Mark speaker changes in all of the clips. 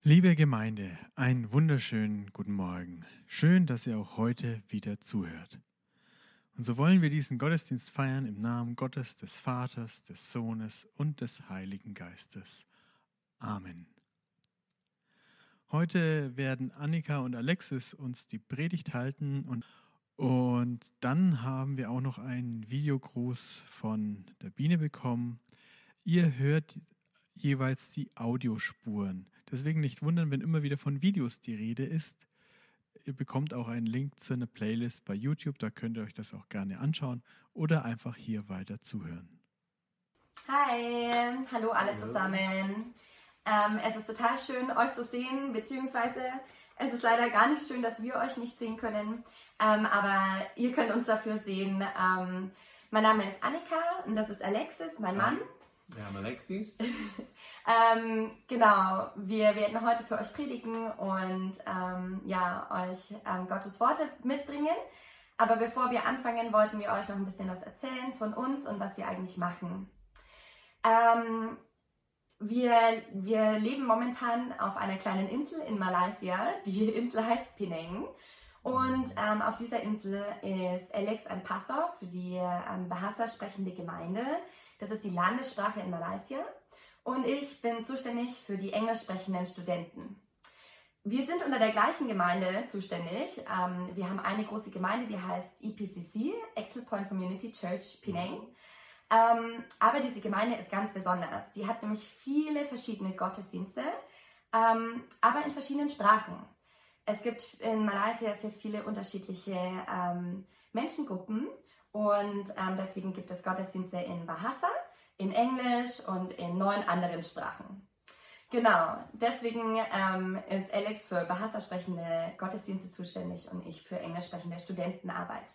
Speaker 1: Liebe Gemeinde, einen wunderschönen guten Morgen. Schön, dass ihr auch heute wieder zuhört. Und so wollen wir diesen Gottesdienst feiern im Namen Gottes, des Vaters, des Sohnes und des Heiligen Geistes. Amen. Heute werden Annika und Alexis uns die Predigt halten und, und dann haben wir auch noch einen Videogruß von der Biene bekommen. Ihr hört jeweils die Audiospuren. Deswegen nicht wundern, wenn immer wieder von Videos die Rede ist. Ihr bekommt auch einen Link zu einer Playlist bei YouTube, da könnt ihr euch das auch gerne anschauen oder einfach hier weiter zuhören.
Speaker 2: Hi, hallo alle zusammen. Ähm, es ist total schön, euch zu sehen, beziehungsweise es ist leider gar nicht schön, dass wir euch nicht sehen können, ähm, aber ihr könnt uns dafür sehen. Ähm, mein Name ist Annika und das ist Alexis, mein Mann.
Speaker 3: Wir haben Alexis.
Speaker 2: Ähm, genau, wir werden heute für euch predigen und ähm, ja, euch ähm, Gottes Worte mitbringen. Aber bevor wir anfangen, wollten wir euch noch ein bisschen was erzählen von uns und was wir eigentlich machen. Ähm, wir, wir leben momentan auf einer kleinen Insel in Malaysia. Die Insel heißt Penang. Und ähm, auf dieser Insel ist Alex ein Pastor für die ähm, Bahasa sprechende Gemeinde. Das ist die Landessprache in Malaysia. Und ich bin zuständig für die englisch sprechenden Studenten. Wir sind unter der gleichen Gemeinde zuständig. Ähm, wir haben eine große Gemeinde, die heißt E EPCC, Excel Point Community Church Penang. Ähm, aber diese Gemeinde ist ganz besonders. Die hat nämlich viele verschiedene Gottesdienste, ähm, aber in verschiedenen Sprachen. Es gibt in Malaysia sehr viele unterschiedliche ähm, Menschengruppen und ähm, deswegen gibt es Gottesdienste in Bahasa, in Englisch und in neun anderen Sprachen. Genau, deswegen ähm, ist Alex für Bahasa sprechende Gottesdienste zuständig und ich für englisch sprechende Studentenarbeit.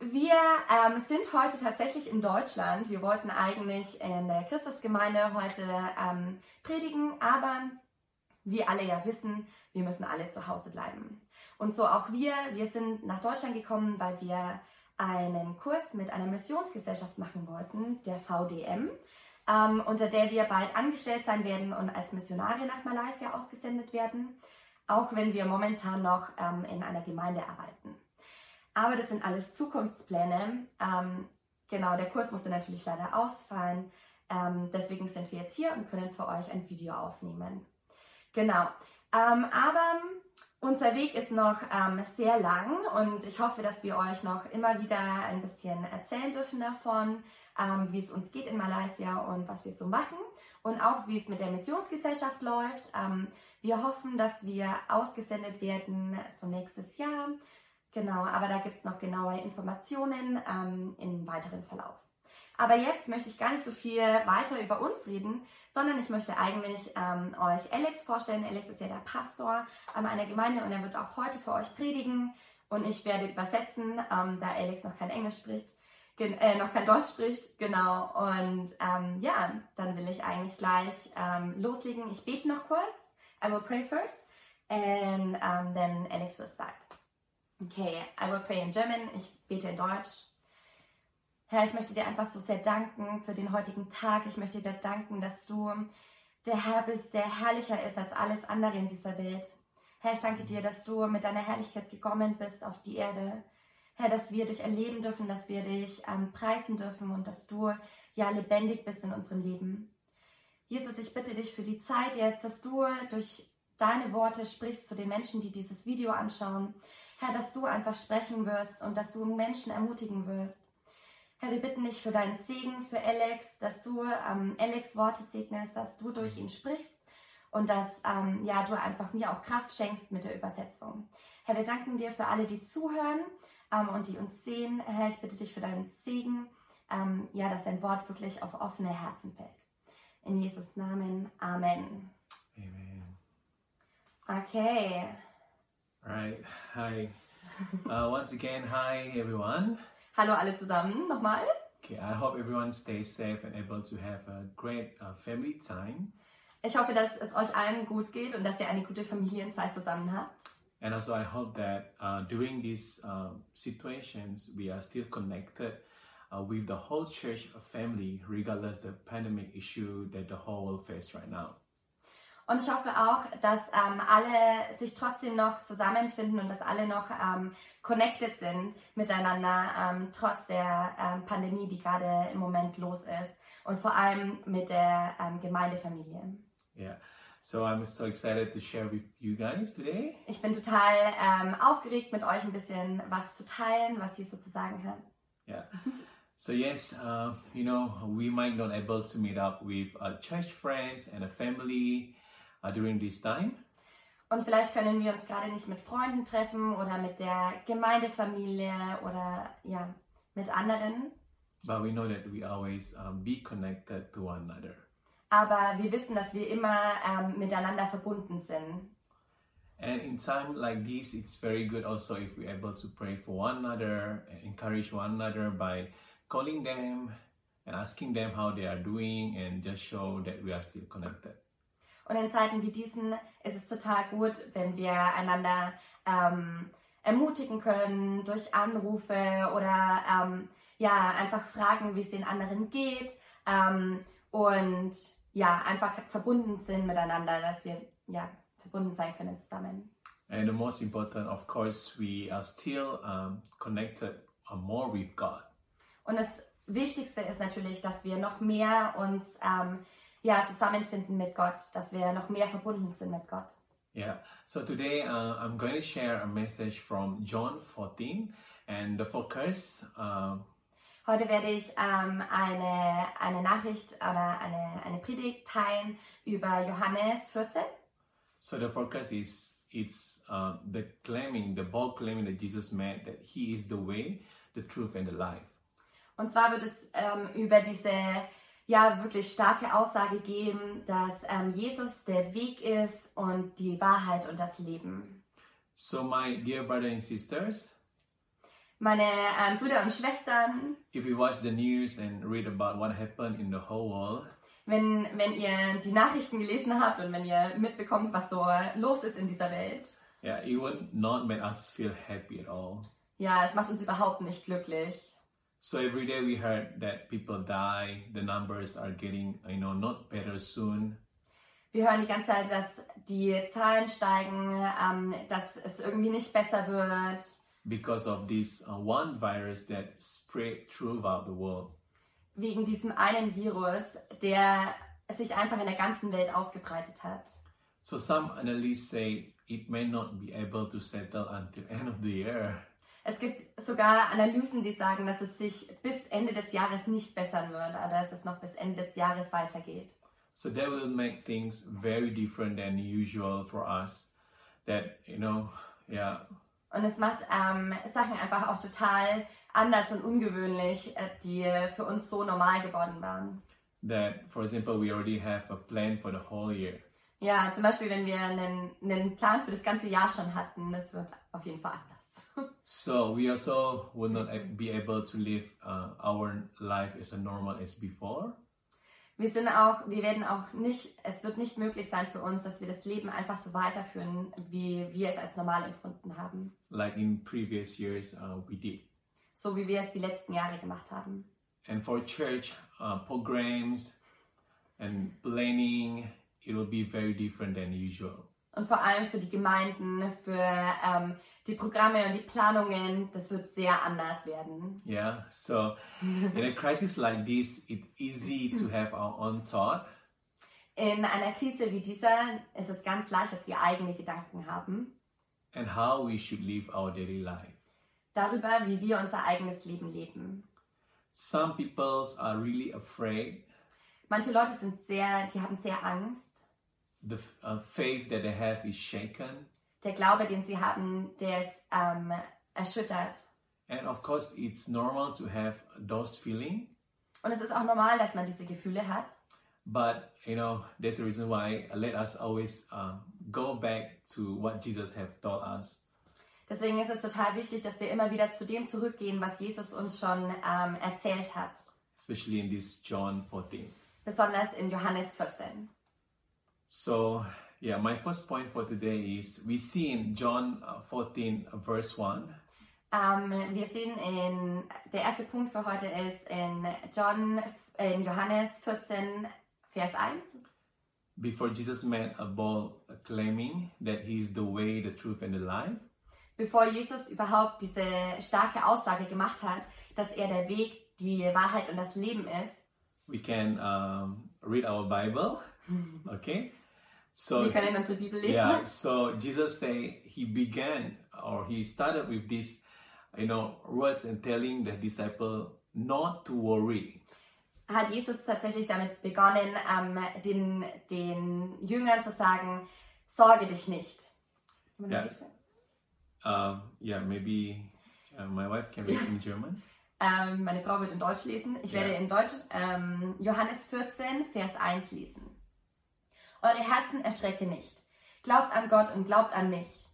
Speaker 2: Wir ähm, sind heute tatsächlich in Deutschland. Wir wollten eigentlich in der Christusgemeinde heute ähm, predigen, aber wie alle ja wissen, wir müssen alle zu Hause bleiben. Und so auch wir, wir sind nach Deutschland gekommen, weil wir einen Kurs mit einer Missionsgesellschaft machen wollten, der VDM, ähm, unter der wir bald angestellt sein werden und als Missionare nach Malaysia ausgesendet werden, auch wenn wir momentan noch ähm, in einer Gemeinde arbeiten. Aber das sind alles Zukunftspläne. Ähm, genau, der Kurs musste natürlich leider ausfallen. Ähm, deswegen sind wir jetzt hier und können für euch ein Video aufnehmen. Genau. Ähm, aber unser Weg ist noch ähm, sehr lang und ich hoffe, dass wir euch noch immer wieder ein bisschen erzählen dürfen davon, ähm, wie es uns geht in Malaysia und was wir so machen und auch wie es mit der Missionsgesellschaft läuft. Ähm, wir hoffen, dass wir ausgesendet werden so nächstes Jahr. Genau, aber da gibt es noch genaue Informationen ähm, im weiteren Verlauf. Aber jetzt möchte ich gar nicht so viel weiter über uns reden, sondern ich möchte eigentlich ähm, euch Alex vorstellen. Alex ist ja der Pastor ähm, einer Gemeinde und er wird auch heute für euch predigen und ich werde übersetzen, ähm, da Alex noch kein Englisch spricht, gen- äh, noch kein Deutsch spricht, genau. Und ähm, ja, dann will ich eigentlich gleich ähm, loslegen. Ich bete noch kurz. I will pray first and um, then Alex will start. Okay, I will pray in German. Ich bete in Deutsch. Herr, ich möchte dir einfach so sehr danken für den heutigen Tag. Ich möchte dir danken, dass du der Herr bist, der herrlicher ist als alles andere in dieser Welt. Herr, ich danke dir, dass du mit deiner Herrlichkeit gekommen bist auf die Erde. Herr, dass wir dich erleben dürfen, dass wir dich ähm, preisen dürfen und dass du ja lebendig bist in unserem Leben. Jesus, ich bitte dich für die Zeit jetzt, dass du durch deine Worte sprichst zu den Menschen, die dieses Video anschauen. Herr, dass du einfach sprechen wirst und dass du Menschen ermutigen wirst. Herr, wir bitten dich für deinen Segen für Alex, dass du ähm, Alex Worte segnest, dass du durch ihn sprichst und dass ähm, ja, du einfach mir auch Kraft schenkst mit der Übersetzung. Herr, wir danken dir für alle, die zuhören ähm, und die uns sehen. Herr, ich bitte dich für deinen Segen, ähm, ja, dass dein Wort wirklich auf offene Herzen fällt. In Jesus Namen, Amen.
Speaker 3: Amen.
Speaker 2: Okay,
Speaker 3: All right. Hi. Uh, once again, hi everyone.
Speaker 2: hallo alle zusammen nochmal.
Speaker 3: Okay, I hope everyone stays safe and able to have a great uh, family time.
Speaker 2: Ich hoffe, dass es euch allen gut geht und dass ihr eine gute Familienzeit zusammen habt.
Speaker 3: And also, I hope that uh, during these um, situations, we are still connected uh, with the whole church family, regardless the pandemic issue that the whole world face right now.
Speaker 2: Und ich hoffe auch, dass ähm, alle sich trotzdem noch zusammenfinden und dass alle noch ähm, connected sind miteinander, ähm, trotz der ähm, Pandemie, die gerade im Moment los ist und vor allem mit der ähm, Gemeindefamilie.
Speaker 3: Yeah. So I'm so excited to share with you guys today.
Speaker 2: Ich bin total ähm, aufgeregt, mit euch ein bisschen was zu teilen, was Jesus zu sagen hat.
Speaker 3: Yeah. So yes, uh, you know, we might not able to meet up with our church friends and a family uh, during this time,
Speaker 2: Und vielleicht können wir uns gerade nicht mit Freunden treffen oder mit der Gemeindefamilie oder ja, mit anderen.
Speaker 3: but we know that we always um, be connected to one another.
Speaker 2: Aber wir wissen, dass wir immer ähm, miteinander verbunden sind.
Speaker 3: And in time like this, it's very good also if we're able to pray for one another, and encourage one another by calling them and asking them how they are doing, and just show that we are still connected.
Speaker 2: Und in Zeiten wie diesen ist es total gut, wenn wir einander ähm, ermutigen können durch Anrufe oder ähm, ja, einfach fragen, wie es den anderen geht ähm, und ja, einfach verbunden sind miteinander, dass wir ja, verbunden sein können zusammen.
Speaker 3: And the most important, of course, we are still um, connected uh, more with God.
Speaker 2: Und das Wichtigste ist natürlich, dass wir noch mehr uns ähm, ja, zusammenfinden mit Gott, dass wir noch mehr verbunden sind mit Gott.
Speaker 3: Yeah. So today uh, I'm going to share a message from John 14, and the focus um,
Speaker 2: Heute werde ich ähm, eine, eine Nachricht oder eine, eine Predigt teilen über Johannes 14.
Speaker 3: So the focus is it's uh, the claiming, the bold claiming that Jesus made that He is the way, the truth, and the life.
Speaker 2: Und zwar wird es ähm, über diese ja wirklich starke Aussage gehen, dass ähm, Jesus der Weg ist und die Wahrheit und das Leben.
Speaker 3: So my dear brother and sisters,
Speaker 2: Meine ähm, Brüder und Schwestern,
Speaker 3: if you watch the news and read about what happened in the whole world,
Speaker 2: wenn, wenn ihr die Nachrichten gelesen habt und wenn ihr mitbekommt, was so los ist in dieser Welt,
Speaker 3: yeah, it would not make us feel happy at all.
Speaker 2: ja, es macht uns überhaupt nicht glücklich.
Speaker 3: So every day we heard that people die, the numbers are getting, you know, not better soon.
Speaker 2: Wir hören die ganze Zeit, dass die Zahlen steigen, ähm, dass es irgendwie nicht besser wird
Speaker 3: Because of this uh, one virus that spread throughout the world.
Speaker 2: wegen diesem einen Virus, der sich einfach in der ganzen Welt ausgebreitet hat.
Speaker 3: So some analysts say it may not be able to settle until end of the year.
Speaker 2: Es gibt sogar Analysen, die sagen, dass es sich bis Ende des Jahres nicht bessern wird, aber dass es noch bis Ende des Jahres weitergeht.
Speaker 3: So that will make things very different than usual for us. That you know, yeah.
Speaker 2: Und es macht ähm, Sachen einfach auch total anders und ungewöhnlich, äh, die für uns so normal geworden waren.
Speaker 3: That for example, we already have a plan for the whole year.
Speaker 2: Ja, zum Beispiel, wenn wir einen, einen Plan für das ganze Jahr schon hatten, das wird auf jeden Fall anders.
Speaker 3: So we also will not a- be able to live uh, our life as a normal as before.
Speaker 2: Wir sind auch, wir werden auch nicht, es wird nicht möglich sein für uns, dass wir das Leben einfach so weiterführen, wie wir es als normal empfunden haben.
Speaker 3: Like in previous years, uh, we did.
Speaker 2: So wie wir es die letzten Jahre gemacht haben.
Speaker 3: And for church uh, programs and planning, it will be very different than usual.
Speaker 2: Und vor allem für die Gemeinden, für ähm, die Programme und die Planungen, das wird sehr anders werden.
Speaker 3: Yeah. So in a crisis like this, it's easy to have our own thought,
Speaker 2: In einer Krise wie dieser ist es ganz leicht, dass wir eigene Gedanken haben
Speaker 3: and how we should live our daily life.
Speaker 2: darüber, wie wir unser eigenes Leben leben.
Speaker 3: Some peoples are really afraid
Speaker 2: Manche Leute sind sehr, die haben sehr Angst.
Speaker 3: the f- uh, faith that they have is shaken,
Speaker 2: Der Glaube, den sie haben, der ist ähm, erschüttert.
Speaker 3: and of course, it's normal to have those feeling.
Speaker 2: Und es ist auch normal, dass man diese Gefühle hat.
Speaker 3: But you know that's the reason why let us always um, go back to what Jesus have taught us.
Speaker 2: Deswegen ist es total wichtig, dass wir immer wieder zu dem zurückgehen, was Jesus uns schon ähm, erzählt hat.
Speaker 3: especially in this John 14.
Speaker 2: Besonders in Johannes 14.
Speaker 3: So, yeah, my first point for today is we see in John uh, 14, uh, verse 1,
Speaker 2: Ähm, wir sehen in, der erste Punkt für heute ist in, John, in Johannes 14, Vers 1.
Speaker 3: before Jesus met a ball claiming that he is the way, the truth, and the life,
Speaker 2: Bevor Jesus überhaupt diese starke Aussage gemacht hat, dass er der Weg, die Wahrheit und das Leben ist,
Speaker 3: we can um, read our Bible. Okay, so
Speaker 2: wir können unsere Bibel lesen.
Speaker 3: yeah, so Jesus say he began or he started with this, you know, words and telling the disciple not to worry.
Speaker 2: hat Jesus tatsächlich damit begonnen, ähm, den, den Jüngern zu sagen, sorge dich nicht. Kann man
Speaker 3: Ja.
Speaker 2: noch helfen?
Speaker 3: Um, yeah, maybe uh, my wife can read in German.
Speaker 2: Ähm, meine Frau wird in Deutsch lesen. Ich
Speaker 3: Ja.
Speaker 2: werde in Deutsch ähm, Johannes 14, Vers 1 lesen. Eure Herzen erschrecke nicht. Glaubt an Gott und glaubt an mich.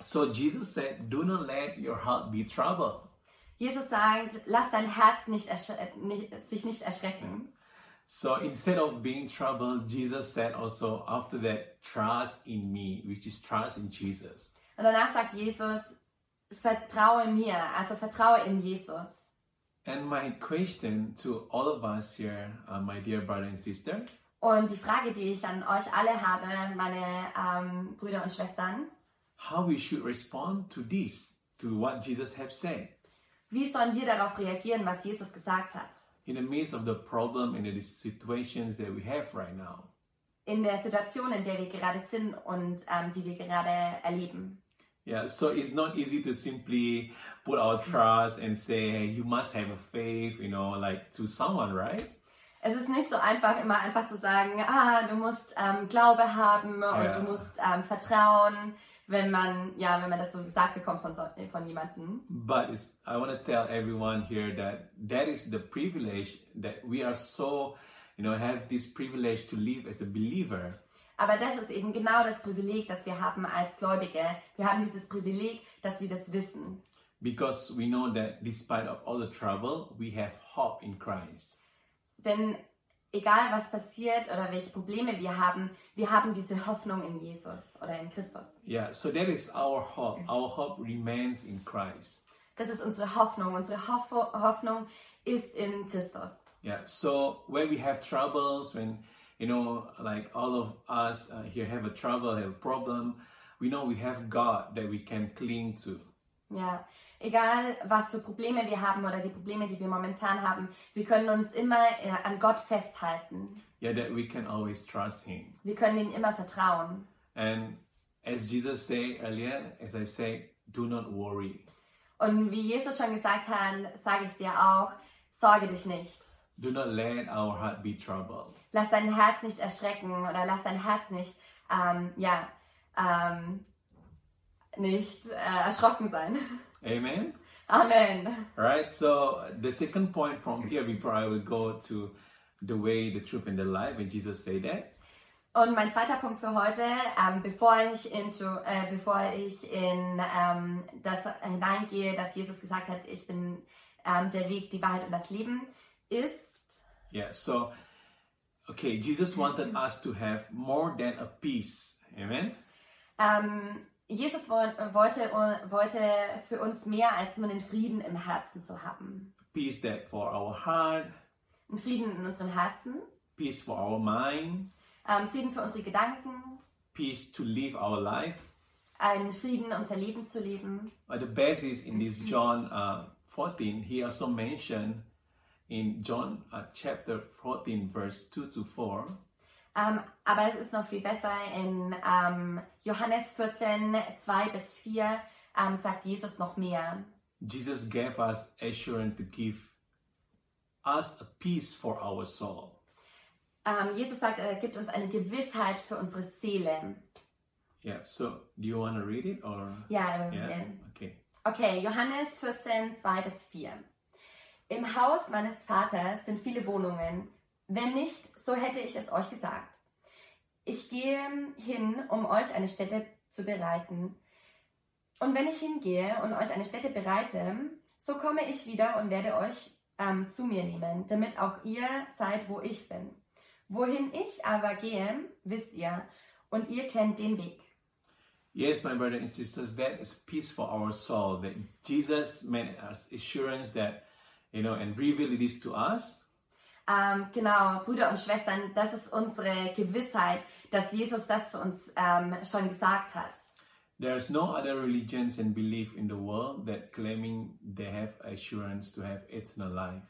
Speaker 3: So Jesus said, "Do not let your heart be troubled."
Speaker 2: Jesus sagt, lass dein Herz nicht ersch- äh, nicht, sich nicht erschrecken.
Speaker 3: So instead of being troubled, Jesus said also after that, "Trust in me," which is trust in Jesus.
Speaker 2: Und danach sagt Jesus, vertraue mir, also vertraue in Jesus.
Speaker 3: And my question to all of us here, uh, my dear brother and sister,
Speaker 2: Und die Frage, die ich an euch alle habe, meine ähm, Brüder und Schwestern,
Speaker 3: how we should respond to this, to what Jesus have said
Speaker 2: wie sollen wir darauf reagieren, was Jesus gesagt hat?
Speaker 3: in the midst of the problem and the situations that we have right now.
Speaker 2: In der Situation, in der wir gerade sind und ähm, die wir gerade erleben.
Speaker 3: Yeah, so it's not easy to simply put our trust and say, hey, you must have a faith, you know, like to someone, right?
Speaker 2: Es ist nicht so einfach, immer einfach zu sagen, ah, du musst ähm, Glaube haben
Speaker 3: Ja.
Speaker 2: und du musst ähm, vertrauen, wenn man, ja, wenn man das so gesagt bekommt von, so, von jemandem.
Speaker 3: But it's, I want to tell everyone here that that is the privilege that we are so, you know, have this privilege to live as a believer.
Speaker 2: Aber das ist eben genau das Privileg, das wir haben als Gläubige. Wir haben dieses Privileg, dass wir das wissen.
Speaker 3: because we know that despite of all the trouble we have hope in christ
Speaker 2: Denn egal was passiert oder welche Probleme wir haben, wir haben diese Hoffnung in Jesus oder in Christus.
Speaker 3: yeah so that is our hope our hope remains in christ
Speaker 2: Das ist unsere Hoffnung. Unsere Hoff Hoffnung ist in Christus.
Speaker 3: yeah so when we have troubles when you know like all of us uh, here have a trouble have a problem we know we have god that we can cling to
Speaker 2: Ja, egal was für Probleme wir haben oder die Probleme, die wir momentan haben, wir können uns immer äh, an Gott festhalten.
Speaker 3: yeah that we can always trust him
Speaker 2: Wir können ihm immer vertrauen.
Speaker 3: and as jesus said earlier as i said do not worry
Speaker 2: Und wie Jesus schon gesagt hat, sage ich dir auch, sorge dich nicht.
Speaker 3: do not let our heart be troubled
Speaker 2: lass dein Herz nicht erschrecken oder lass dein Herz nicht, ähm, ja, ähm, nicht äh, erschrocken sein.
Speaker 3: amen
Speaker 2: Amen.
Speaker 3: All right, so the second point from here before I will go to the way, the truth, and the life, and Jesus said that.
Speaker 2: Und mein zweiter Punkt für heute, ähm, bevor ich, into, äh, bevor ich in ähm, das hineingehe, dass Jesus gesagt hat, ich bin ähm, der Weg, die Wahrheit und das Leben, ist,
Speaker 3: Yeah, so okay, Jesus wanted us to have more than a peace. Amen.
Speaker 2: ähm, Jesus wo wollte, äh, wollte für uns mehr als nur den Frieden im Herzen zu haben.
Speaker 3: Peace that for our heart,
Speaker 2: Einen Frieden in unserem Herzen,
Speaker 3: peace for our mind,
Speaker 2: ähm, Frieden für unsere Gedanken,
Speaker 3: peace to live our life.
Speaker 2: einen Frieden, unser Leben zu leben.
Speaker 3: But the best is in this John uh, 14, he also mentioned in John uh, chapter 14, verse 2 to 4.
Speaker 2: Ähm, aber es ist noch viel besser. In ähm, Johannes 14, 2 bis 4 ähm, sagt Jesus noch mehr.
Speaker 3: Jesus gave us assurance to give us a peace for our soul.
Speaker 2: Ähm, Jesus sagt, er gibt uns eine Gewissheit für unsere Seele.
Speaker 3: Yeah, so do you want to read it or?
Speaker 2: Ja, ähm,
Speaker 3: Yeah,
Speaker 2: ähm,
Speaker 3: okay.
Speaker 2: okay, Johannes 14, 2 bis 4. Im Haus meines Vaters sind viele Wohnungen. Wenn nicht, so hätte ich es euch gesagt. Ich gehe hin, um euch eine Stätte zu bereiten. Und wenn ich hingehe und euch eine Stätte bereite, so komme ich wieder und werde euch ähm, zu mir nehmen, damit auch ihr seid, wo ich bin. Wohin ich aber gehe, wisst ihr, und ihr kennt den Weg.
Speaker 3: Yes, my brothers and sisters, that is peace for our soul. That Jesus made us assurance that, you know, and revealed this to us.
Speaker 2: Ähm, genau, Brüder und Schwestern, das ist unsere Gewissheit, dass Jesus das zu uns ähm, schon gesagt hat.
Speaker 3: There's no other religions and belief in the world that claiming they have assurance to have eternal life.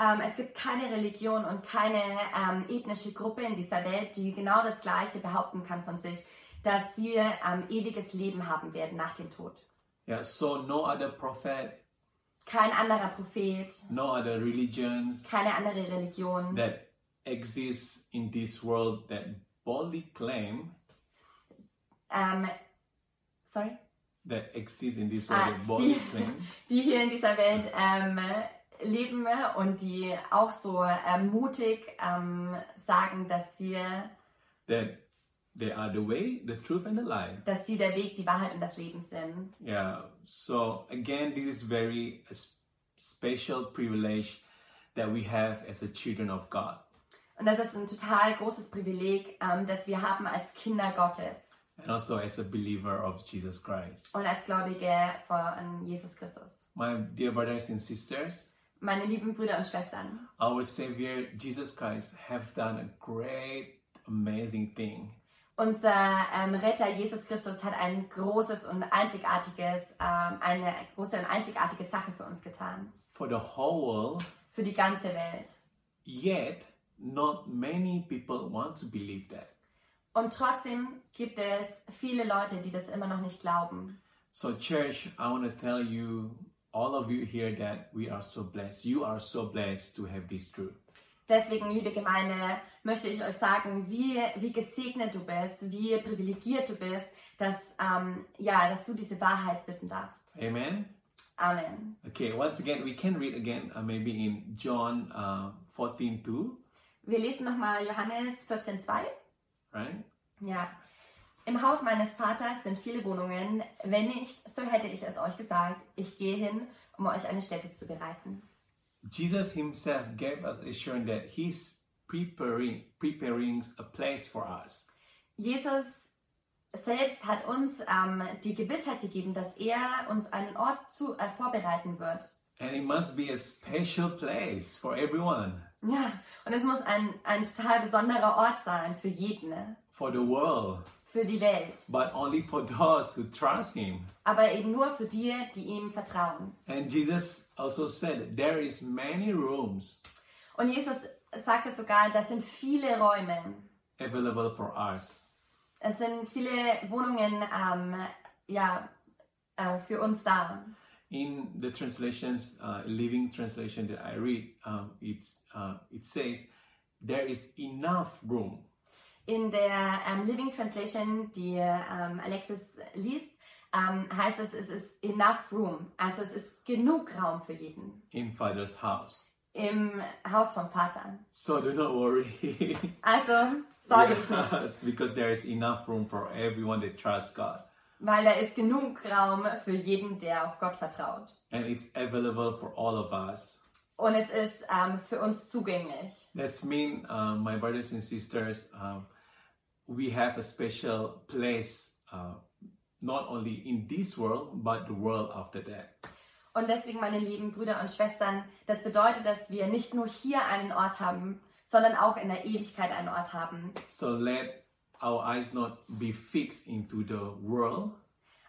Speaker 2: Ähm, es gibt keine Religion und keine ähm, ethnische Gruppe in dieser Welt, die genau das Gleiche behaupten kann von sich, dass sie ähm, ewiges Leben haben werden nach dem Tod.
Speaker 3: Yeah, so no other prophet,
Speaker 2: Kein anderer Prophet,
Speaker 3: no other religions
Speaker 2: keine andere Religion,
Speaker 3: that exists in this world that boldly claim
Speaker 2: ähm, sorry,
Speaker 3: that exists in this world
Speaker 2: ah,
Speaker 3: that boldly
Speaker 2: die,
Speaker 3: claim
Speaker 2: die hier in dieser Welt ähm, leben und die auch so ähm, mutig ähm, sagen, dass sie,
Speaker 3: that they are the way, the truth, and the life.
Speaker 2: dass sie der Weg, die Wahrheit und das Leben sind.
Speaker 3: Yeah. So again, this is very s- special privilege that we have as the children of God.
Speaker 2: Und das ist ein total großes Privileg, ähm, das wir haben als Kinder Gottes
Speaker 3: and also as a believer of Jesus Christ.
Speaker 2: und als Gläubige von Jesus Christus.
Speaker 3: My dear brothers and sisters,
Speaker 2: Meine lieben Brüder und Schwestern,
Speaker 3: our Savior Jesus Christ have done a great, amazing thing.
Speaker 2: unser ähm, Retter Jesus Christus hat ein großes und einzigartiges, ähm, eine große und einzigartige Sache für uns getan,
Speaker 3: For the whole world,
Speaker 2: für die ganze Welt.
Speaker 3: yet not many people want to believe that.
Speaker 2: Und trotzdem gibt es viele Leute, die das immer noch nicht glauben.
Speaker 3: So church, I want to tell you, all of you here, that we are so blessed. You are so blessed to have this truth.
Speaker 2: Deswegen, liebe Gemeinde, möchte ich euch sagen, wie, wie gesegnet du bist, wie privilegiert du bist, dass, ähm, ja, dass du diese Wahrheit wissen darfst.
Speaker 3: Amen.
Speaker 2: Amen.
Speaker 3: Okay, once again, we can read again, uh, maybe in John uh, 14 2,
Speaker 2: Wir lesen nochmal Johannes 14,2.
Speaker 3: right?
Speaker 2: Ja. Im Haus meines Vaters sind viele Wohnungen. Wenn nicht, so hätte ich es euch gesagt. Ich gehe hin, um euch eine Stätte zu bereiten.
Speaker 3: Jesus himself gave us assurance that he's preparing preparing a place for us.
Speaker 2: Jesus selbst hat uns ähm, die Gewissheit gegeben, dass er uns einen Ort zu, äh, vorbereiten wird.
Speaker 3: And it must be a special place for everyone,
Speaker 2: Ja, und es muss ein, ein total besonderer Ort sein für jeden, ne?
Speaker 3: for the world,
Speaker 2: für die Welt,
Speaker 3: but only for those who trust him.
Speaker 2: aber eben nur für die, die ihm vertrauen.
Speaker 3: And Jesus also said there is many rooms
Speaker 2: Und Jesus sagte sogar, das sind viele Räume,
Speaker 3: available for us.
Speaker 2: es sind viele Wohnungen ähm, ja, äh, für uns da.
Speaker 3: In the translations, uh, living translation that I read, um, it's uh, it says there is enough room
Speaker 2: In der ähm, Living Translation, die ähm, Alexis liest, ähm, heißt es, es ist enough room. Also es ist genug Raum für jeden
Speaker 3: in Father's house.
Speaker 2: im Haus vom Vater.
Speaker 3: So do not worry.
Speaker 2: Also sorge dich nicht,
Speaker 3: Yes, because there is enough room for everyone that trusts God,
Speaker 2: weil da ist genug Raum für jeden, der auf Gott vertraut.
Speaker 3: and it's available for all of us.
Speaker 2: Und es ist ähm, für uns zugänglich.
Speaker 3: That's mean, uh, my brothers and sisters, um, we have a special place, uh, not only in this world but the world after that.
Speaker 2: Und deswegen, meine lieben Brüder und Schwestern, das bedeutet, dass wir nicht nur hier einen Ort haben, sondern auch in der Ewigkeit einen Ort haben.
Speaker 3: So let our eyes not be fixed into the world,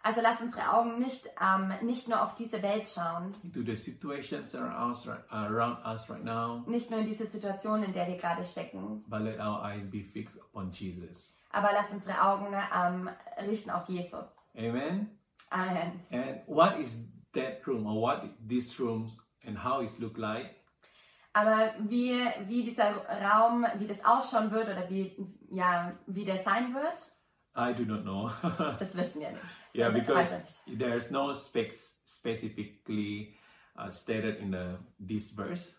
Speaker 2: Also lasst unsere Augen nicht, ähm, nicht nur auf diese Welt schauen,
Speaker 3: into the situations around us, right- around us right now,
Speaker 2: nicht nur in diese Situation, in der wir gerade stecken,
Speaker 3: but let our eyes be fixed upon Jesus.
Speaker 2: aber lasst unsere Augen ähm, richten auf Jesus.
Speaker 3: Amen.
Speaker 2: Amen.
Speaker 3: And what is that room or what these rooms and how it's look like?
Speaker 2: Aber wie, wie dieser Raum, wie das ausschauen wird oder wie, ja, wie der sein wird,
Speaker 3: I do not know.
Speaker 2: das wissen wir nicht.
Speaker 3: yeah,
Speaker 2: Also,
Speaker 3: because
Speaker 2: weiß ich nicht.
Speaker 3: there's no specs specifically uh, stated in the this verse.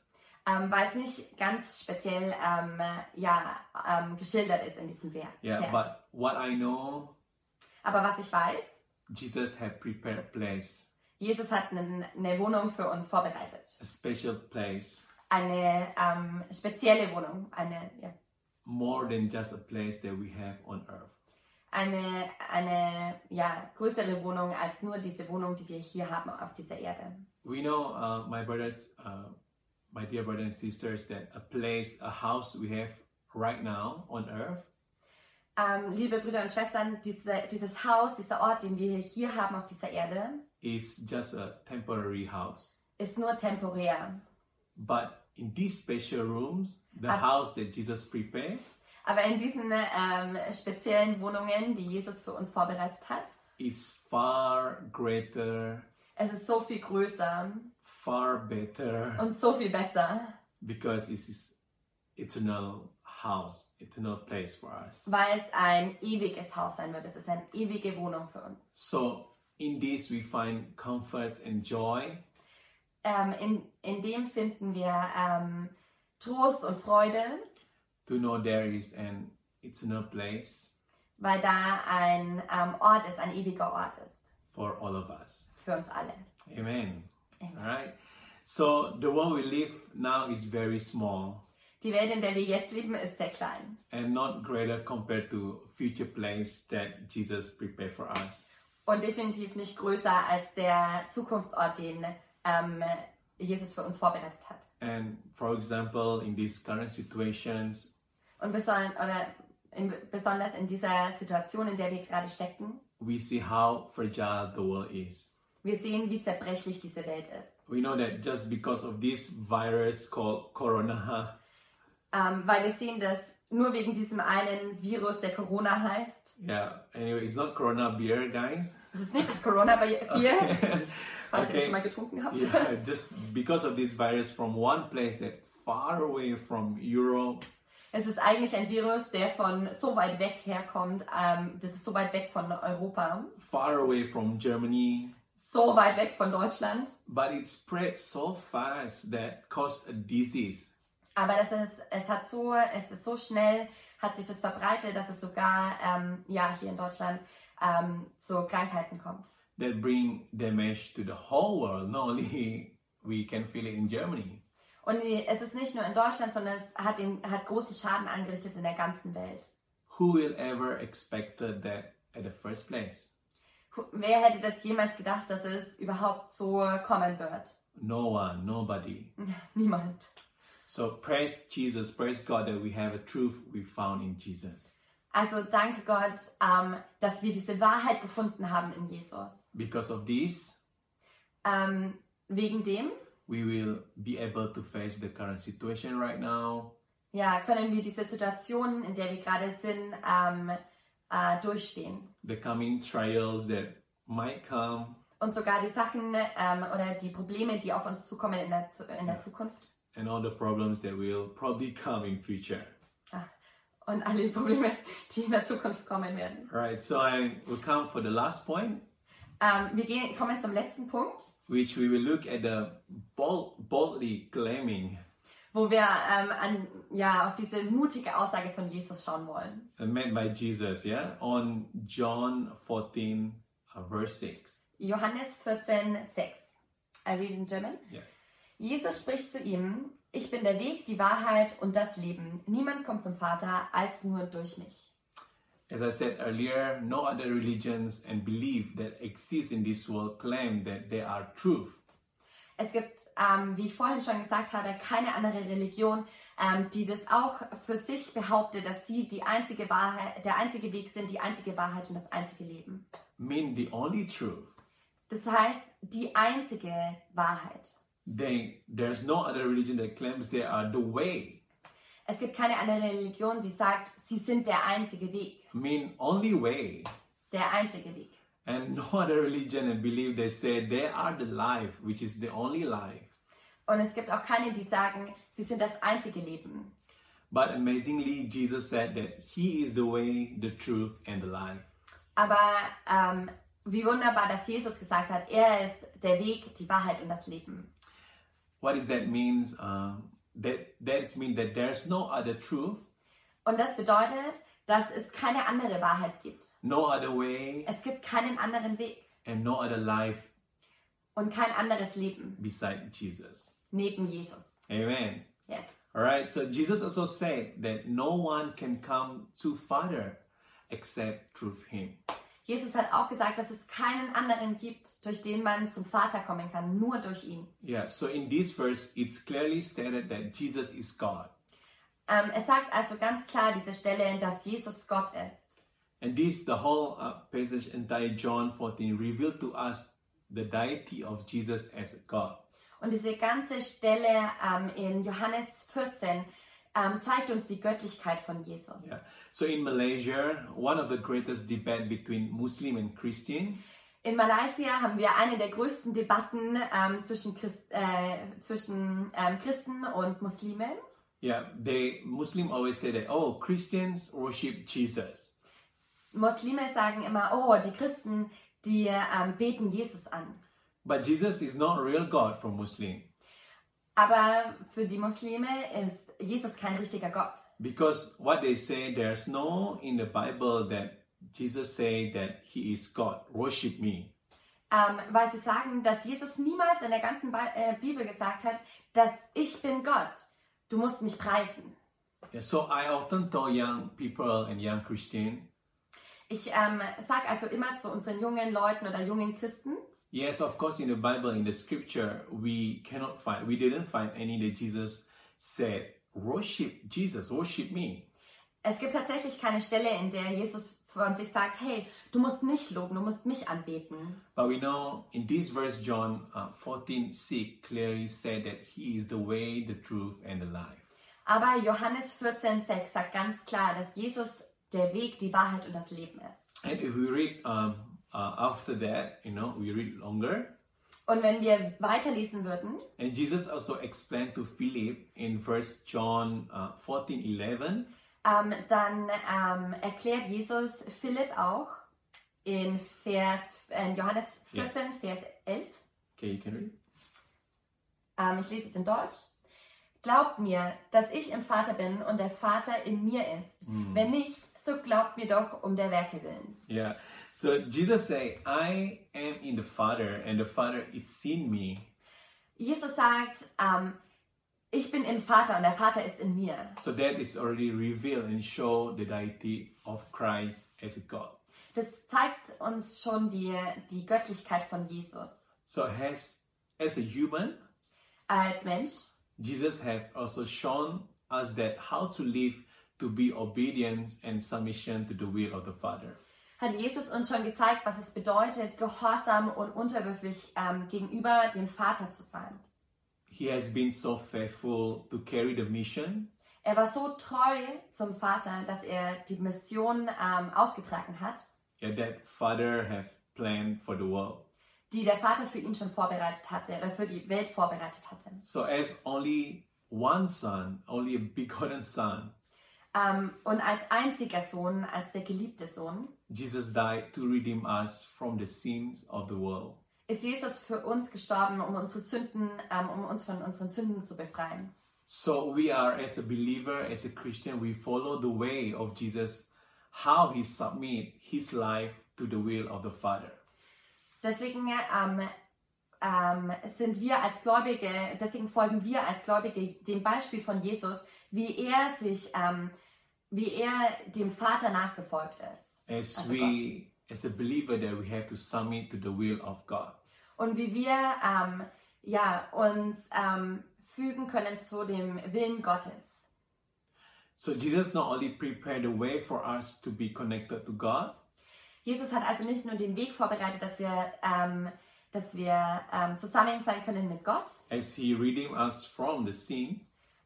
Speaker 2: Ähm, weil es nicht ganz speziell ähm, ja, ähm, geschildert ist in diesem Ver- Vers.
Speaker 3: Yeah, but what I know,
Speaker 2: Aber was ich weiß,
Speaker 3: Jesus had prepared a place,
Speaker 2: Jesus hat einen, eine Wohnung für uns vorbereitet.
Speaker 3: a special place,
Speaker 2: Eine ähm, spezielle Wohnung, eine, ja,
Speaker 3: more than just a place that we have on earth.
Speaker 2: eine, eine ja, größere Wohnung als nur diese Wohnung, die wir hier haben auf dieser Erde.
Speaker 3: We know, uh, my brothers, uh, my dear brothers and sisters, that a place, a house we have right now on earth
Speaker 2: Ähm, liebe Brüder und Schwestern, diese, dieses Haus, dieser Ort, den wir hier haben auf dieser Erde,
Speaker 3: is just a temporary house.
Speaker 2: ist nur temporär.
Speaker 3: But in these special rooms, the
Speaker 2: Ah.
Speaker 3: house that Jesus prepared
Speaker 2: Aber in diesen ähm, speziellen Wohnungen, die Jesus für uns vorbereitet hat,
Speaker 3: is far greater,
Speaker 2: es ist so viel größer
Speaker 3: far better,
Speaker 2: und so viel besser,
Speaker 3: because this is eternal house, eternal place for us.
Speaker 2: weil es ein ewiges Haus sein wird. Es ist eine ewige Wohnung für uns.
Speaker 3: So in this we find comfort and joy,
Speaker 2: Ähm, in, in dem finden wir ähm, Trost und Freude,
Speaker 3: to know there is an eternal place
Speaker 2: weil da ein ähm, Ort ist, ein ewiger Ort ist
Speaker 3: for all of us.
Speaker 2: für uns alle.
Speaker 3: Amen.
Speaker 2: Amen.
Speaker 3: All right. So the world we live now is very small
Speaker 2: Die Welt, in der wir jetzt leben, ist sehr klein
Speaker 3: and not greater compared to future place that Jesus prepared for us.
Speaker 2: und definitiv nicht größer als der Zukunftsort, den ähm, Jesus für uns vorbereitet hat.
Speaker 3: And for example, in these current situations,
Speaker 2: Und beson oder in, besonders in dieser Situation, in der wir gerade stecken,
Speaker 3: we see how fragile the world is.
Speaker 2: wir sehen, wie zerbrechlich diese Welt ist.
Speaker 3: We know that just because of this virus called corona,
Speaker 2: Ähm, weil wir sehen, dass nur wegen diesem einen Virus, der Corona heißt,
Speaker 3: yeah. Anyway, it's not corona beer, guys.
Speaker 2: es ist nicht das Corona-Bier, falls ihr das
Speaker 3: Okay.
Speaker 2: schon mal getrunken habt.
Speaker 3: yeah, just because of this virus from one place that far away from Europe
Speaker 2: Es ist eigentlich ein Virus, der von so weit weg herkommt, ähm, das ist so weit weg von Europa,
Speaker 3: far away from Germany,
Speaker 2: so weit weg von Deutschland,
Speaker 3: but it spread so fast that caused a disease.
Speaker 2: aber das ist, es hat so, es ist so schnell, hat sich das verbreitet, dass es sogar ähm, ja, hier in Deutschland ähm, zu Krankheiten kommt.
Speaker 3: that bring damage to the whole world. Not only we can feel it in Germany.
Speaker 2: Und die, es ist nicht nur in Deutschland, sondern es hat, den, hat großen Schaden angerichtet in der ganzen Welt.
Speaker 3: Who will ever expected that at the first place?
Speaker 2: Hu- Wer hätte das jemals gedacht, dass es überhaupt so kommen wird?
Speaker 3: No one, nobody.
Speaker 2: Mm. Niemand.
Speaker 3: So praise Jesus, praise God that we have a truth we found in Jesus.
Speaker 2: Also danke Gott, ähm, dass wir diese Wahrheit gefunden haben in Jesus.
Speaker 3: Because of this,
Speaker 2: Ähm, wegen dem
Speaker 3: we will be able to face the current situation right now
Speaker 2: ja, können wir diese Situation, in der wir gerade sind, ähm, äh, durchstehen.
Speaker 3: the coming trials that might come
Speaker 2: Und sogar die Sachen ähm, oder die Probleme, die auf uns zukommen in der, Zu- in der
Speaker 3: Ja.
Speaker 2: Zukunft.
Speaker 3: and all the problems that will probably come in future
Speaker 2: Und alle Probleme, die in der Zukunft kommen werden.
Speaker 3: all right so i will come for the last point
Speaker 2: Ähm, wir gehen, kommen zum letzten Punkt,
Speaker 3: which we will look at the bold, boldly claiming
Speaker 2: wo wir ähm, an, ja, auf diese mutige Aussage von Jesus schauen wollen.
Speaker 3: uh, made by jesus yeah on john 14 uh, verse 6
Speaker 2: Johannes 14, 6. I read in German.
Speaker 3: Ja.
Speaker 2: Jesus spricht zu ihm, ich bin der Weg, die Wahrheit und das Leben. Niemand kommt zum Vater als nur durch mich.
Speaker 3: as i said earlier no other religions and belief that exist in this world claim that they are truth
Speaker 2: Es gibt, ähm, wie ich vorhin schon gesagt habe, keine andere Religion, ähm, die das auch für sich behauptet, dass sie die einzige Wahrheit, der einzige Weg sind, die einzige Wahrheit und das einzige Leben.
Speaker 3: mean the only truth
Speaker 2: Das heißt, die einzige Wahrheit.
Speaker 3: they there's no other religion that claims they are the way
Speaker 2: Es gibt keine andere Religion, die sagt, sie sind der einzige Weg.
Speaker 3: I mean only way
Speaker 2: Der einzige Weg.
Speaker 3: and no other religion and belief they say they are the life which is the only life
Speaker 2: Und es gibt auch keine, die sagen, sie sind das einzige Leben.
Speaker 3: but amazingly jesus said that he is the way the truth and the life
Speaker 2: Aber ähm, wie wunderbar, dass Jesus gesagt hat, er ist der Weg, die Wahrheit und das Leben.
Speaker 3: what does that means um, that that means that there's no other truth
Speaker 2: Und das bedeutet, dass es keine andere Wahrheit gibt.
Speaker 3: no other way
Speaker 2: Es gibt keinen anderen Weg
Speaker 3: and no other life
Speaker 2: und kein anderes Leben
Speaker 3: beside jesus
Speaker 2: neben Jesus.
Speaker 3: amen
Speaker 2: Yes.
Speaker 3: all right so jesus also said that no one can come to father except through him
Speaker 2: Jesus hat auch gesagt, dass es keinen anderen gibt, durch den man zum Vater kommen kann, nur durch ihn.
Speaker 3: Yeah, so in this verse, it's clearly stated that Jesus is God.
Speaker 2: Ähm, es sagt also ganz klar diese Stelle, dass Jesus Gott ist.
Speaker 3: And this, the whole uh, passage in John 14, revealed to us the deity of Jesus as God.
Speaker 2: Und diese ganze Stelle ähm, in Johannes 14 ähm, zeigt uns die Göttlichkeit von Jesus.
Speaker 3: Yeah. So in Malaysia, one of the greatest debate between Muslim and Christian
Speaker 2: In Malaysia haben wir eine der größten Debatten ähm, zwischen, Christ, äh, zwischen ähm, Christen und Muslimen.
Speaker 3: Yeah, they Muslim always say that oh Christians worship Jesus.
Speaker 2: Muslime sagen immer, oh, die Christen, die ähm, beten Jesus an.
Speaker 3: But Jesus is not real God for Muslim
Speaker 2: Aber für die Muslime ist Jesus kein richtiger Gott.
Speaker 3: because what they say there's no in the Bible that Jesus say that he is God, worship me.
Speaker 2: Ähm, weil sie sagen, dass Jesus niemals in der ganzen Bi äh, Bibel gesagt hat, dass ich bin Gott, du musst mich preisen.
Speaker 3: Yeah, so I often tell young people and young Christian,
Speaker 2: Ich ähm, sage also immer zu unseren jungen Leuten oder jungen Christen,
Speaker 3: yes, of course in the Bible in the scripture we cannot find we didn't find any that Jesus said worship Jesus, worship me.
Speaker 2: es gibt tatsächlich keine Stelle, in der Jesus von sich sagt, hey, du musst mich loben, du musst mich anbeten.
Speaker 3: But we know in this verse, John uh, 14 clearly said that He is the way, the truth, and the life.
Speaker 2: Aber Johannes 14,6 sagt ganz klar, dass Jesus der Weg, die Wahrheit und das Leben ist.
Speaker 3: And if we read um, uh, after that, you know, we read longer.
Speaker 2: Und wenn wir weiterlesen würden,
Speaker 3: And Jesus also explained to Philip in First John uh, 14 11.
Speaker 2: ähm, dann ähm, erklärt Jesus Philipp auch in, Vers, in Johannes 14, Vers 11.
Speaker 3: Okay, you can read.
Speaker 2: Ähm, ich lese es in Deutsch. Glaubt mir, dass ich im Vater bin und der Vater in mir ist. Wenn nicht, so glaubt mir doch um der Werke willen.
Speaker 3: Yeah. So Jesus say, I am in the Father, and the Father is in me.
Speaker 2: Jesus sagt, ähm, ich bin im Vater und der Vater ist in mir.
Speaker 3: So that is already revealed and show the deity of Christ as God.
Speaker 2: Das zeigt uns schon die, die Göttlichkeit von Jesus.
Speaker 3: So as as a human,
Speaker 2: Als Mensch
Speaker 3: Jesus has also shown us that how to live to be obedience and submission to the will of the Father.
Speaker 2: hat Jesus uns schon gezeigt, was es bedeutet, gehorsam und unterwürfig ähm, gegenüber dem Vater zu sein.
Speaker 3: He has been so faithful to carry the mission
Speaker 2: Er war so treu zum Vater, dass er die Mission ähm, ausgetragen hat,
Speaker 3: yeah, that Father have planned for the world.
Speaker 2: die der Vater für ihn schon vorbereitet hatte oder für die Welt vorbereitet hatte.
Speaker 3: So as only one son, only a begotten son,
Speaker 2: Ähm, und als einziger Sohn, als der geliebte Sohn,
Speaker 3: Jesus died to redeem us from the sins of the world.
Speaker 2: ist Jesus für uns gestorben, um unsere Sünden, ähm, um uns von unseren Sünden zu befreien.
Speaker 3: So we are as a believer, as a Christian, we follow the way of Jesus, how he submit his life to the will of the Father.
Speaker 2: Deswegen ähm, ähm, sind wir als Gläubige, deswegen folgen wir als Gläubige dem Beispiel von Jesus, wie er sich, ähm, wie er dem Vater nachgefolgt ist
Speaker 3: As
Speaker 2: As a
Speaker 3: we as a believer that we have to submit to the will of God.
Speaker 2: und wie wir ähm, ja uns ähm, fügen können zu dem Willen Gottes.
Speaker 3: So Jesus not only prepared the way for us to be connected to God,
Speaker 2: Jesus hat also nicht nur den Weg vorbereitet, dass wir, ähm, dass wir ähm, zusammen sein können mit Gott,
Speaker 3: as he redeemed us from the sin,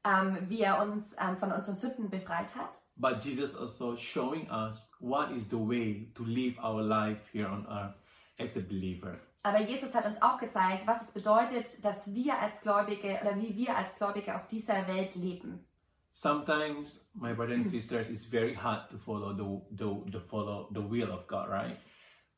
Speaker 2: ähm, wie er uns ähm, von unseren Sünden befreit hat,
Speaker 3: but Jesus also showing us what is the way to live our life here on earth as a believer.
Speaker 2: Aber Jesus hat uns auch gezeigt, was es bedeutet, dass wir als Gläubige oder wie wir als Gläubige auf dieser Welt leben.
Speaker 3: Sometimes, my brothers and sisters, it's very hard to follow the, the, the follow the will of God, right?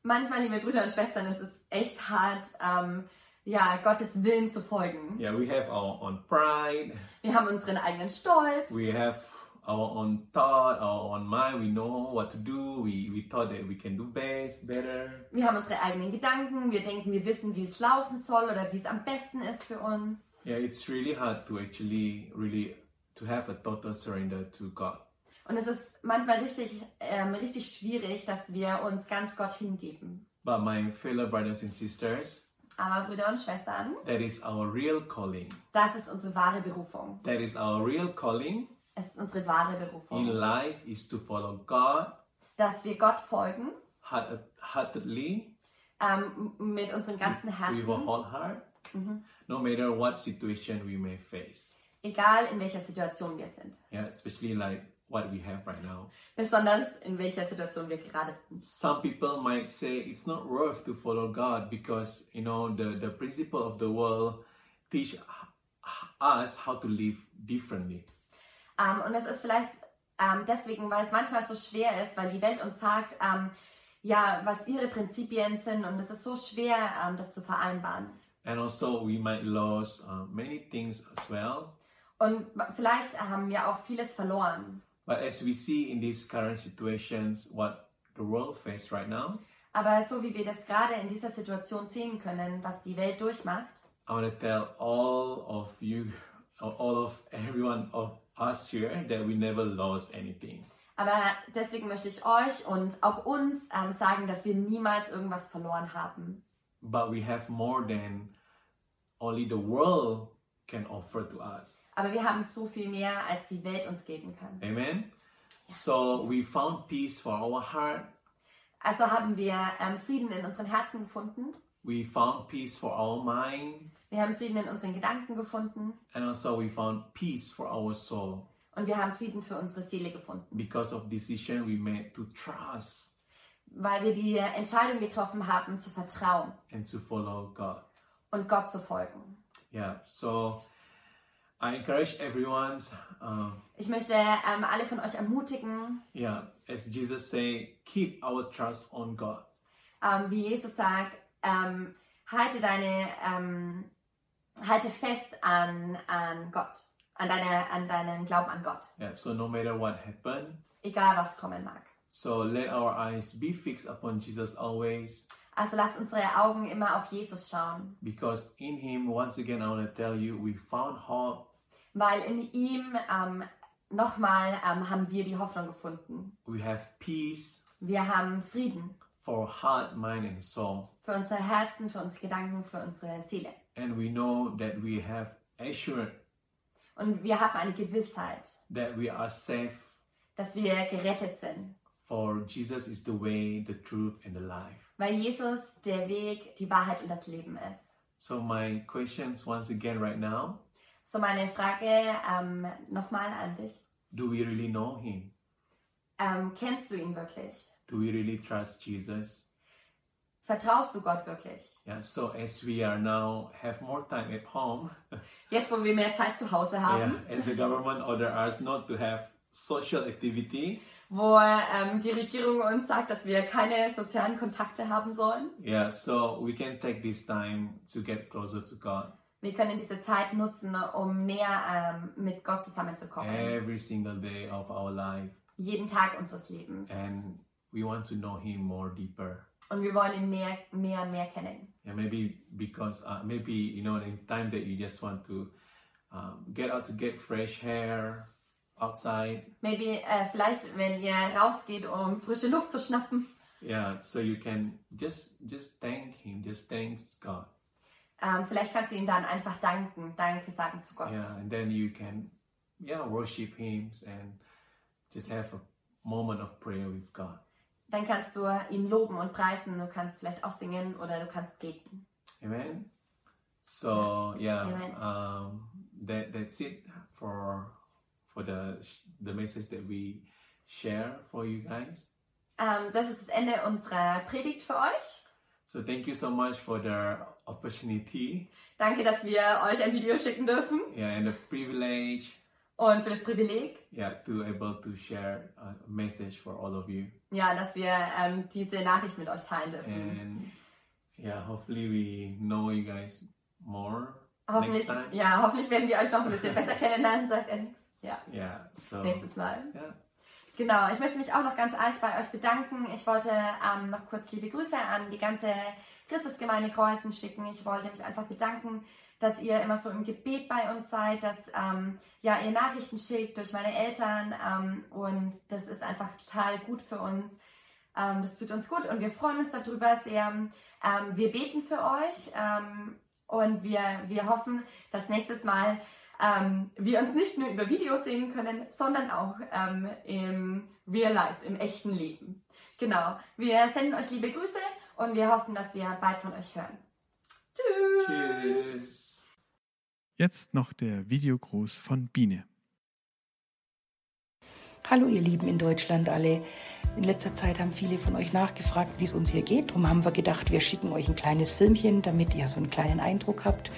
Speaker 2: Manchmal, liebe Brüder und Schwestern, es ist echt hart, ähm, ja, Gottes Willen zu folgen.
Speaker 3: Yeah, we have our own pride,
Speaker 2: Wir haben unseren eigenen Stolz.
Speaker 3: we have our own thought, our own mind. We know what to do. We we thought that we can do best, better.
Speaker 2: Wir haben unsere eigenen Gedanken. Wir denken, wir wissen, wie es laufen soll oder wie es am besten ist für uns.
Speaker 3: Yeah, it's really hard to actually really to have a total surrender to God.
Speaker 2: Und es ist manchmal richtig, ähm, richtig schwierig, dass wir uns ganz Gott hingeben.
Speaker 3: But my fellow brothers and sisters,
Speaker 2: Aber Brüder und Schwestern,
Speaker 3: that is our real calling.
Speaker 2: das ist unsere wahre Berufung.
Speaker 3: That is our real calling
Speaker 2: Es ist unsere wahre
Speaker 3: in
Speaker 2: Berufung.
Speaker 3: life is to follow God
Speaker 2: Dass wir Gott folgen,
Speaker 3: heart- heartedly
Speaker 2: ähm, m- mit unserem ganzen
Speaker 3: with a
Speaker 2: Herzen,
Speaker 3: whole heart, no matter what situation we may face.
Speaker 2: egal in welcher Situation wir sind.
Speaker 3: Yeah, especially like what we have right now.
Speaker 2: Besonders in welcher Situation wir gerade sind.
Speaker 3: Some people might say it's not worth to follow God because you know the the principle of the world teach h- h- us how to live differently.
Speaker 2: Ähm, und es ist vielleicht ähm, deswegen, weil es manchmal so schwer ist, weil die Welt uns sagt, ähm, ja, was ihre Prinzipien sind und es ist so schwer, ähm, das zu vereinbaren.
Speaker 3: And also we might lose uh, many things as well.
Speaker 2: Und vielleicht haben wir auch vieles verloren.
Speaker 3: But as we see in these current situations, what the world face right now,
Speaker 2: Aber so wie wir das gerade in dieser Situation sehen können, was die Welt durchmacht,
Speaker 3: I want to tell all of you, all of everyone of us here, that we never lost anything.
Speaker 2: aber deswegen möchte ich euch und auch uns ähm, sagen, dass wir niemals irgendwas verloren haben.
Speaker 3: But we have more than only the world can offer to us.
Speaker 2: Aber wir haben so viel mehr, als die Welt uns geben kann.
Speaker 3: Amen. So we found peace for our heart.
Speaker 2: Also haben wir ähm, Frieden in unserem Herzen gefunden.
Speaker 3: We found peace for our mind,
Speaker 2: Wir haben Frieden in unseren Gedanken gefunden.
Speaker 3: and also we found peace for our soul
Speaker 2: Und wir haben Frieden für unsere Seele gefunden.
Speaker 3: because of decision we made to trust
Speaker 2: Weil wir die Entscheidung getroffen haben, zu vertrauen
Speaker 3: and to follow God.
Speaker 2: und Gott zu folgen.
Speaker 3: Yeah. So I encourage everyone's. Uh,
Speaker 2: Ich möchte ähm, alle von euch ermutigen,
Speaker 3: Yeah, as Jesus say, keep our trust on God.
Speaker 2: ähm, wie Jesus sagt, ähm, halte deine, ähm, halte fest an, an Gott, an, deine, an deinen Glauben an Gott,
Speaker 3: Yeah, so no matter what happen,
Speaker 2: egal was kommen mag.
Speaker 3: so let our eyes be fixed upon Jesus always,
Speaker 2: Also lasst unsere Augen immer auf Jesus schauen,
Speaker 3: because in Him, once again, I want to tell you, we found hope,
Speaker 2: weil in ihm ähm, nochmal ähm, haben wir die Hoffnung gefunden.
Speaker 3: we have peace
Speaker 2: Wir haben Frieden
Speaker 3: for our heart, mind, and soul,
Speaker 2: für unsere Herzen, für unsere Gedanken, für unsere Seele.
Speaker 3: and we know that we have assurance
Speaker 2: Und wir haben eine Gewissheit,
Speaker 3: that we are safe.
Speaker 2: dass wir gerettet sind,
Speaker 3: For Jesus is the way, the truth, and the life.
Speaker 2: weil Jesus der Weg, die Wahrheit und das Leben ist.
Speaker 3: So my questions once again right now:
Speaker 2: So, meine Frage ähm, nochmal an dich.
Speaker 3: Do we really know Him?
Speaker 2: Ähm, kennst du ihn wirklich?
Speaker 3: Do we really trust Jesus?
Speaker 2: Vertraust du Gott wirklich?
Speaker 3: Yeah, so as we are now have more time at home,
Speaker 2: Jetzt, wo wir mehr Zeit zu Hause
Speaker 3: yeah,
Speaker 2: haben,
Speaker 3: as the government order us not to have social activity,
Speaker 2: wo ähm, die Regierung uns sagt, dass wir keine sozialen Kontakte haben sollen,
Speaker 3: yeah, so we can take this time to get closer to God
Speaker 2: wir können diese Zeit nutzen, um näher ähm, mit Gott zusammenzukommen.
Speaker 3: every single day of our life,
Speaker 2: Jeden Tag unseres Lebens.
Speaker 3: and we want to know Him more deeper.
Speaker 2: Und wir wollen ihn mehr, mehr, mehr kennen.
Speaker 3: And maybe because uh, maybe you know in time that you just want to um, get out to get fresh air outside,
Speaker 2: Maybe, äh, vielleicht, wenn ihr rausgeht, um frische Luft zu schnappen,
Speaker 3: yeah. So you can just just thank Him, just thanks God.
Speaker 2: ähm, vielleicht kannst du ihm dann einfach danken, Danke sagen zu Gott.
Speaker 3: yeah and then you can yeah worship hymns and just have a moment of prayer with god
Speaker 2: dann kannst du ihn loben und preisen, du kannst vielleicht auch singen oder du kannst beten.
Speaker 3: amen so yeah
Speaker 2: Amen.
Speaker 3: um that that's it for for the the message that we share for you guys
Speaker 2: Ähm, das ist das Ende unserer Predigt für euch.
Speaker 3: so thank you so much for the opportunity
Speaker 2: Danke, dass wir euch ein Video schicken dürfen
Speaker 3: yeah and the privilege
Speaker 2: und für das Privileg,
Speaker 3: yeah to able to share a message for all of you
Speaker 2: ja, dass wir ähm, diese Nachricht mit euch teilen dürfen.
Speaker 3: and yeah hopefully we know you guys more
Speaker 2: hoffentlich,
Speaker 3: next time.
Speaker 2: ja, hoffentlich werden wir euch noch ein bisschen besser kennenlernen, sagt Alex. Ja,
Speaker 3: Yeah. So
Speaker 2: nächstes Mal.
Speaker 3: yeah.
Speaker 2: Genau, ich möchte mich auch noch ganz arg bei euch bedanken. Ich wollte ähm, noch kurz liebe Grüße an die ganze Christusgemeinde Kreuzen schicken. Ich wollte mich einfach bedanken, dass ihr immer so im Gebet bei uns seid, dass ähm, ja, ihr Nachrichten schickt durch meine Eltern ähm, und das ist einfach total gut für uns. Ähm, das tut uns gut und wir freuen uns darüber sehr. Ähm, wir beten für euch ähm, und wir, wir hoffen, dass nächstes Mal ähm, wir uns nicht nur über Videos sehen können, sondern auch ähm, im Real Life, im echten Leben. Genau. Wir senden euch liebe Grüße und wir hoffen, dass wir bald von euch hören. Tschüss.
Speaker 3: Tschüss.
Speaker 1: Jetzt noch der Videogruß von Biene.
Speaker 4: Hallo ihr Lieben in Deutschland alle. In letzter Zeit haben viele von euch nachgefragt, wie es uns hier geht. Darum haben wir gedacht, wir schicken euch ein kleines Filmchen, damit ihr so einen kleinen Eindruck habt.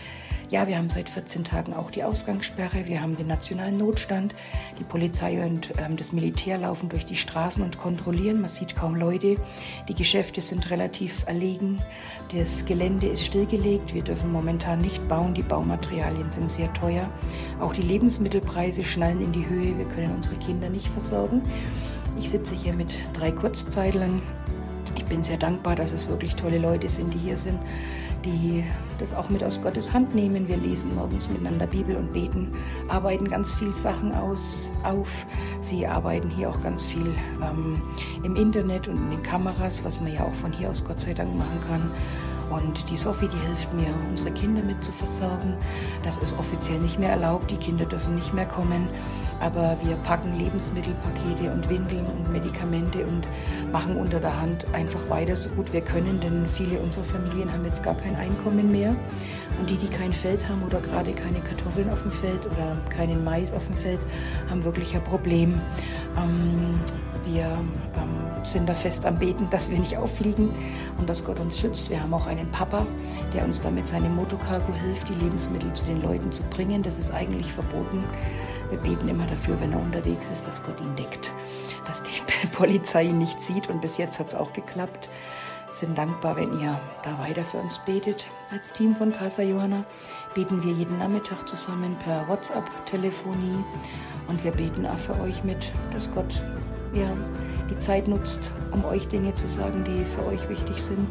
Speaker 4: Ja, wir haben seit 14 Tagen auch die Ausgangssperre, wir haben den nationalen Notstand, die Polizei und ähm, das Militär laufen durch die Straßen und kontrollieren, man sieht kaum Leute, die Geschäfte sind relativ erlegen, das Gelände ist stillgelegt, wir dürfen momentan nicht bauen, die Baumaterialien sind sehr teuer, auch die Lebensmittelpreise schnallen in die Höhe, wir können unsere Kinder nicht versorgen. Ich sitze hier mit drei Kurzzeitlern. Ich bin sehr dankbar, dass es wirklich tolle Leute sind, die hier sind, die das auch mit aus Gottes Hand nehmen. Wir lesen morgens miteinander Bibel und beten, arbeiten ganz viel Sachen aus, auf. Sie arbeiten hier auch ganz viel ähm, im Internet und in den Kameras, was man ja auch von hier aus Gott sei Dank machen kann. Und die Sophie, die hilft mir, unsere Kinder mit zu versorgen. Das ist offiziell nicht mehr erlaubt, die Kinder dürfen nicht mehr kommen. Aber wir packen Lebensmittelpakete und Windeln und Medikamente und machen unter der Hand einfach weiter, so gut wir können, denn viele unserer Familien haben jetzt gar kein Einkommen mehr. Und die, die kein Feld haben oder gerade keine Kartoffeln auf dem Feld oder keinen Mais auf dem Feld, haben wirklich ein Problem. Ähm, wir ähm, sind da fest am Beten, dass wir nicht auffliegen und dass Gott uns schützt. Wir haben auch einen Papa, der uns da mit seinem Motocargo hilft, die Lebensmittel zu den Leuten zu bringen. Das ist eigentlich verboten. Wir beten immer dafür, wenn er unterwegs ist, dass Gott ihn deckt, dass die Polizei ihn nicht sieht. Und bis jetzt hat es auch geklappt. Sind dankbar, wenn ihr da weiter für uns betet. Als Team von Casa Johanna beten wir jeden Nachmittag zusammen per WhatsApp-Telefonie und wir beten auch für euch mit, dass Gott ja, die Zeit nutzt, um euch Dinge zu sagen, die für euch wichtig sind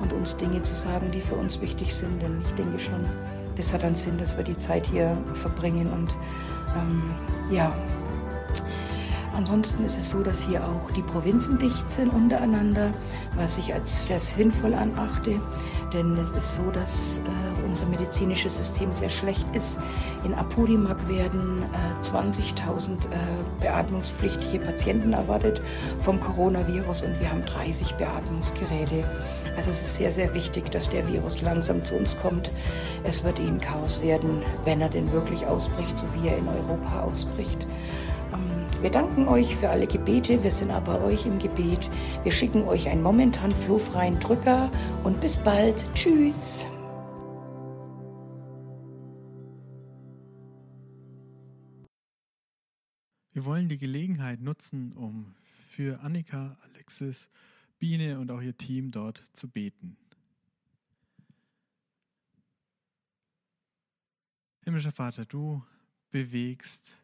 Speaker 4: und uns Dinge zu sagen, die für uns wichtig sind. Denn ich denke schon, das hat einen Sinn, dass wir die Zeit hier verbringen. Und ähm, ja, ansonsten ist es so, dass hier auch die Provinzen dicht sind untereinander, was ich als sehr sinnvoll anachte. Denn es ist so, dass äh, unser medizinisches System sehr schlecht ist. In Apurimac werden äh, 20.000 äh, beatmungspflichtige Patienten erwartet vom Coronavirus und wir haben 30 Beatmungsgeräte. Also es ist sehr, sehr wichtig, dass der Virus langsam zu uns kommt. Es wird eh ein Chaos werden, wenn er denn wirklich ausbricht, so wie er in Europa ausbricht. Ähm, Wir danken euch für alle Gebete. Wir sind aber euch im Gebet. Wir schicken euch einen momentan flohfreien Drücker und bis bald. Tschüss.
Speaker 1: Wir wollen die Gelegenheit nutzen, um für Annika, Alexis, Biene und auch ihr Team dort zu beten. Himmlischer Vater, du bewegst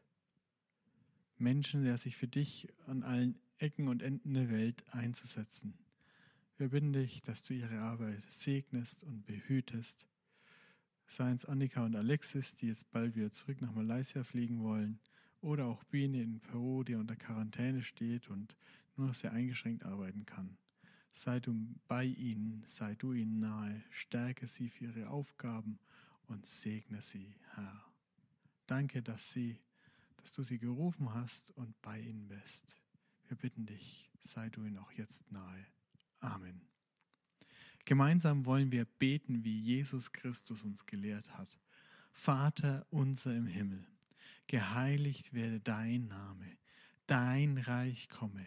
Speaker 1: Menschen, der sich für dich an allen Ecken und Enden der Welt einzusetzen. Wir bitten dich, dass du ihre Arbeit segnest und behütest. Seien es Annika und Alexis, die jetzt bald wieder zurück nach Malaysia fliegen wollen, oder auch Biene in Peru, die unter Quarantäne steht und nur noch sehr eingeschränkt arbeiten kann. Sei du bei ihnen, sei du ihnen nahe, stärke sie für ihre Aufgaben und segne sie, Herr. Danke, dass sie, dass du sie gerufen hast und bei ihnen bist. Wir bitten dich, sei du ihnen auch jetzt nahe. Amen. Gemeinsam wollen wir beten, wie Jesus Christus uns gelehrt hat. Vater unser im Himmel, geheiligt werde dein Name, dein Reich komme,